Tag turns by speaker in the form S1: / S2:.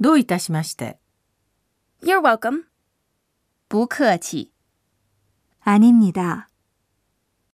S1: どういたしまして。
S2: You're welcome.
S3: 不客气。
S4: 아닙니다.